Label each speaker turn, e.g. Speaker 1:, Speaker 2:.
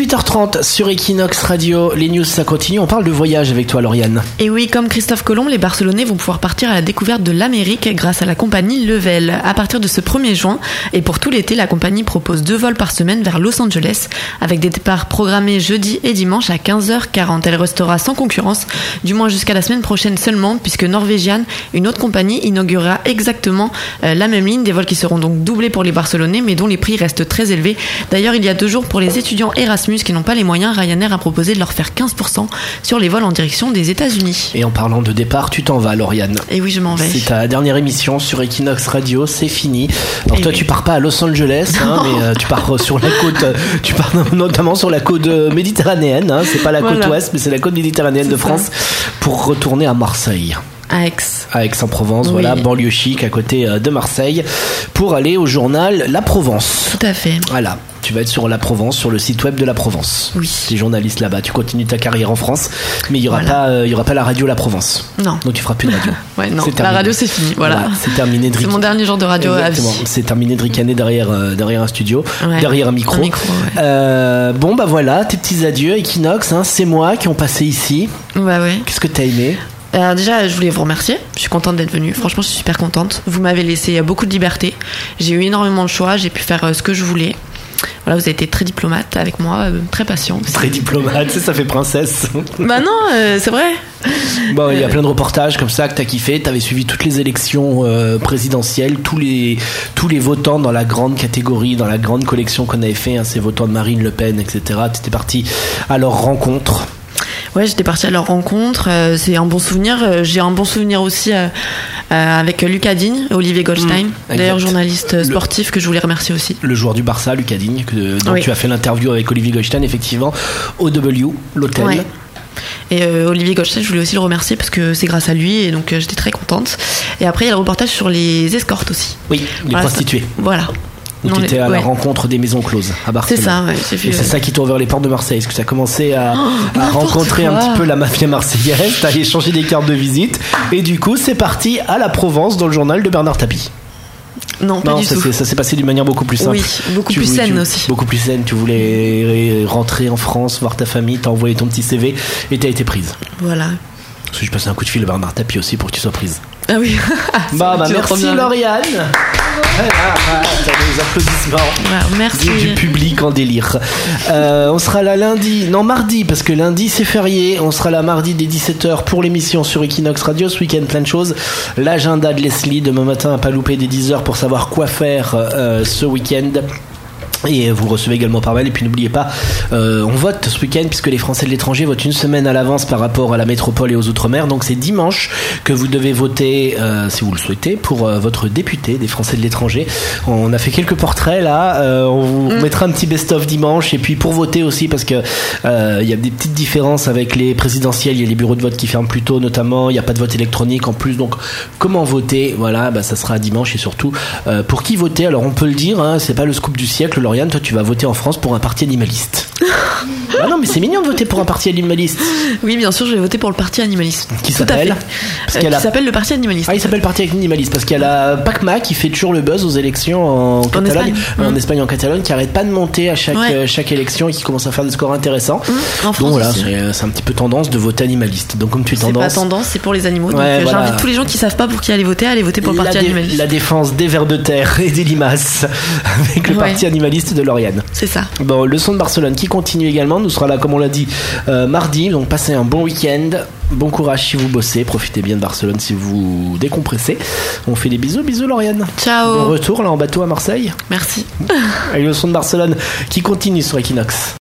Speaker 1: 18h30 sur Equinox Radio, les news ça continue, on parle de voyage avec toi Lauriane.
Speaker 2: Et oui, comme Christophe Colomb, les Barcelonais vont pouvoir partir à la découverte de l'Amérique grâce à la compagnie Level. À partir de ce 1er juin, et pour tout l'été, la compagnie propose deux vols par semaine vers Los Angeles, avec des départs programmés jeudi et dimanche à 15h40. Elle restera sans concurrence, du moins jusqu'à la semaine prochaine seulement, puisque Norvégiane, une autre compagnie, inaugurera exactement euh, la même ligne, des vols qui seront donc doublés pour les Barcelonais, mais dont les prix restent très élevés. D'ailleurs, il y a deux jours, pour les étudiants Erasmus qui n'ont pas les moyens, Ryanair a proposé de leur faire 15% sur les vols en direction des États-Unis.
Speaker 1: Et en parlant de départ, tu t'en vas Lauriane.
Speaker 2: Et oui, je m'en vais.
Speaker 1: C'est ta dernière émission sur Equinox Radio, c'est fini. Alors
Speaker 2: Et
Speaker 1: toi
Speaker 2: Eh oui.
Speaker 1: tu pars pas à Los Angeles, hein, mais euh, tu pars euh, sur la côte, euh, tu pars notamment sur la côte euh, méditerranéenne, hein, c'est pas la côte
Speaker 2: Voilà.
Speaker 1: ouest, mais c'est la côte méditerranéenne de
Speaker 2: ça.
Speaker 1: France, pour retourner à Marseille.
Speaker 2: À Aix.
Speaker 1: à Aix-en-Provence,
Speaker 2: Oui.
Speaker 1: voilà, banlieue chic à côté euh, de Marseille, pour aller au journal La Provence.
Speaker 2: Tout à fait.
Speaker 1: Voilà, tu vas être sur La Provence, sur le site web de La Provence.
Speaker 2: Oui.
Speaker 1: Tu es journaliste là-bas, tu continues ta carrière en France, mais il n'y aura,
Speaker 2: Voilà.
Speaker 1: pas, euh, il y aura pas la radio La Provence.
Speaker 2: Non.
Speaker 1: Donc tu feras plus de radio.
Speaker 2: Ouais, non.
Speaker 1: C'est
Speaker 2: La
Speaker 1: terminé.
Speaker 2: radio, c'est fini. Voilà.
Speaker 1: c'est terminé de
Speaker 2: C'est mon
Speaker 1: ric-
Speaker 2: dernier jour de radio à
Speaker 1: Exactement.
Speaker 2: vie.
Speaker 1: C'est terminé de ricaner derrière, euh, derrière un studio,
Speaker 2: Ouais.
Speaker 1: derrière un micro.
Speaker 2: Un micro, ouais.
Speaker 1: Euh, bon, bah voilà, tes petits adieux, Equinox, hein, c'est moi qui ont passé ici.
Speaker 2: Bah ouais.
Speaker 1: Qu'est-ce que t'as aimé
Speaker 2: Alors déjà, je voulais vous remercier. Je suis contente d'être venue. Franchement, je suis super contente. Vous m'avez laissé euh, beaucoup de liberté. J'ai eu énormément de choix. J'ai pu faire euh, ce que je voulais. Voilà, vous avez été très diplomate avec moi, euh, très patient. aussi.
Speaker 1: Très diplomate, ça fait princesse.
Speaker 2: Bah non, euh, c'est vrai.
Speaker 1: Bon, il y a plein de reportages comme ça que t'as kiffé. T'avais suivi toutes les élections euh, présidentielles, tous les tous les votants dans la grande catégorie, dans la grande collection qu'on avait fait, hein, ces votants de Marine Le Pen, etc. T'étais parti à leur rencontre.
Speaker 2: Ouais, j'étais partie à leur rencontre. euh, c'est un bon souvenir. Euh, J'ai un bon souvenir aussi euh, euh, avec Lucas Digne, Olivier Goldstein,
Speaker 1: exact.
Speaker 2: d'ailleurs journaliste euh,
Speaker 1: Le-
Speaker 2: sportif que je voulais remercier aussi.
Speaker 1: Le joueur du Barça, Lucas Digne, que, dont
Speaker 2: Oui.
Speaker 1: tu as fait l'interview avec Olivier Goldstein, effectivement, au W, l'hôtel.
Speaker 2: Ouais. Et euh, Olivier Goldstein, je voulais aussi le remercier parce que c'est grâce à lui et donc euh, j'étais très contente. Et après, il y a le reportage sur les escortes aussi.
Speaker 1: Oui, les
Speaker 2: Voilà,
Speaker 1: prostituées.
Speaker 2: ça- Voilà.
Speaker 1: Où
Speaker 2: Non,
Speaker 1: tu
Speaker 2: les-
Speaker 1: étais à la
Speaker 2: ouais.
Speaker 1: rencontre des maisons closes à Barcelone.
Speaker 2: C'est ça, ouais, j'ai vu,
Speaker 1: Et c'est
Speaker 2: ouais.
Speaker 1: ça qui t'a ouvert les portes de Marseille. Est-ce que tu as commencé à, à
Speaker 2: Oh, n'importe
Speaker 1: rencontrer un
Speaker 2: quoi.
Speaker 1: petit peu la mafia marseillaise, t'as échangé des cartes de visite, et du coup, c'est parti à la Provence dans le journal de Bernard Tapie.
Speaker 2: Non, pas
Speaker 1: non,
Speaker 2: du
Speaker 1: ça
Speaker 2: tout.
Speaker 1: s'est- ça s'est passé d'une manière beaucoup plus simple.
Speaker 2: Oui, beaucoup plus
Speaker 1: voulais-
Speaker 2: saine
Speaker 1: tu-
Speaker 2: aussi.
Speaker 1: Beaucoup plus saine. Tu voulais rentrer en France, voir ta famille, t'as envoyé ton petit CV, et t'as été prise.
Speaker 2: Voilà.
Speaker 1: Parce que j'ai passé un coup de fil à Bernard Tapie aussi pour que tu sois prise.
Speaker 2: Ah oui.
Speaker 1: Bah, bah,
Speaker 2: Tu vas trop
Speaker 1: merci
Speaker 2: bien, là.
Speaker 1: Lauriane. Voilà, t'as des applaudissements.
Speaker 2: Voilà, merci.
Speaker 1: Du public en délire. Euh, on sera là lundi, non mardi, parce que lundi c'est férié. On sera là mardi dès 17h pour l'émission sur Equinox Radio. Ce week-end, plein de choses. L'agenda de Leslie demain matin à pas louper dès 10h pour savoir quoi faire euh, ce week-end. Et vous recevez également par mail. Et puis n'oubliez pas, euh, on vote ce week-end puisque les Français de l'étranger votent une semaine à l'avance par rapport à la métropole et aux Outre-mer. Donc c'est dimanche que vous devez voter, euh, si vous le souhaitez, pour euh, votre député des Français de l'étranger. On a fait quelques portraits là. Euh, on vous mettra un petit best-of dimanche. Et puis pour voter aussi parce que euh, il y a des petites différences avec les présidentielles. Il y a les bureaux de vote qui ferment plus tôt notamment. Il n'y a pas de vote électronique en plus. Donc comment voter Voilà, bah, ça sera dimanche et surtout euh, pour qui voter Alors on peut le dire, hein, c'est pas le scoop du siècle. Lauriane, toi tu vas voter en France pour un parti animaliste. ah non mais c'est mignon de voter pour un parti animaliste
Speaker 2: Oui, bien sûr, je vais voter pour le parti animaliste.
Speaker 1: qui
Speaker 2: Tout à
Speaker 1: s'appelle.
Speaker 2: fait.
Speaker 1: Parce
Speaker 2: Euh,
Speaker 1: qu'elle
Speaker 2: qui
Speaker 1: a-
Speaker 2: s'appelle le parti animaliste.
Speaker 1: Ah, il s'appelle Parti Animaliste parce qu'il y a la PACMA qui fait toujours le buzz aux élections en Catalogne, Euh,
Speaker 2: Espagne.
Speaker 1: en
Speaker 2: Mm.
Speaker 1: Espagne, en Catalogne, qui arrête pas de monter à chaque,
Speaker 2: Ouais. Mmh.
Speaker 1: euh, chaque élection et qui commence à faire des scores intéressants.
Speaker 2: en France
Speaker 1: Donc voilà,
Speaker 2: aussi.
Speaker 1: c'est c'est un petit peu tendance de voter animaliste. Donc comme tu es
Speaker 2: c'est pas
Speaker 1: tendance,
Speaker 2: tendance, c'est pour les animaux. donc
Speaker 1: Ouais,
Speaker 2: euh,
Speaker 1: voilà.
Speaker 2: j'invite tous les gens qui savent pas pour qui aller voter à aller voter pour le
Speaker 1: la,
Speaker 2: parti
Speaker 1: dé-
Speaker 2: animaliste.
Speaker 1: la défense des vers de terre et des limaces avec le
Speaker 2: Ouais.
Speaker 1: Parti Animaliste de Lauriane.
Speaker 2: C'est ça.
Speaker 1: Bon, le son de Barcelone qui continue également. Nous sera là, comme on l'a dit, euh, mardi. Donc, passez un bon week-end. Bon courage si vous bossez. Profitez bien de Barcelone si vous décompressez. On fait des bisous. Bisous, Lauriane.
Speaker 2: Ciao.
Speaker 1: Bon retour là en bateau à Marseille.
Speaker 2: Merci.
Speaker 1: Et le son de Barcelone qui continue sur Equinox.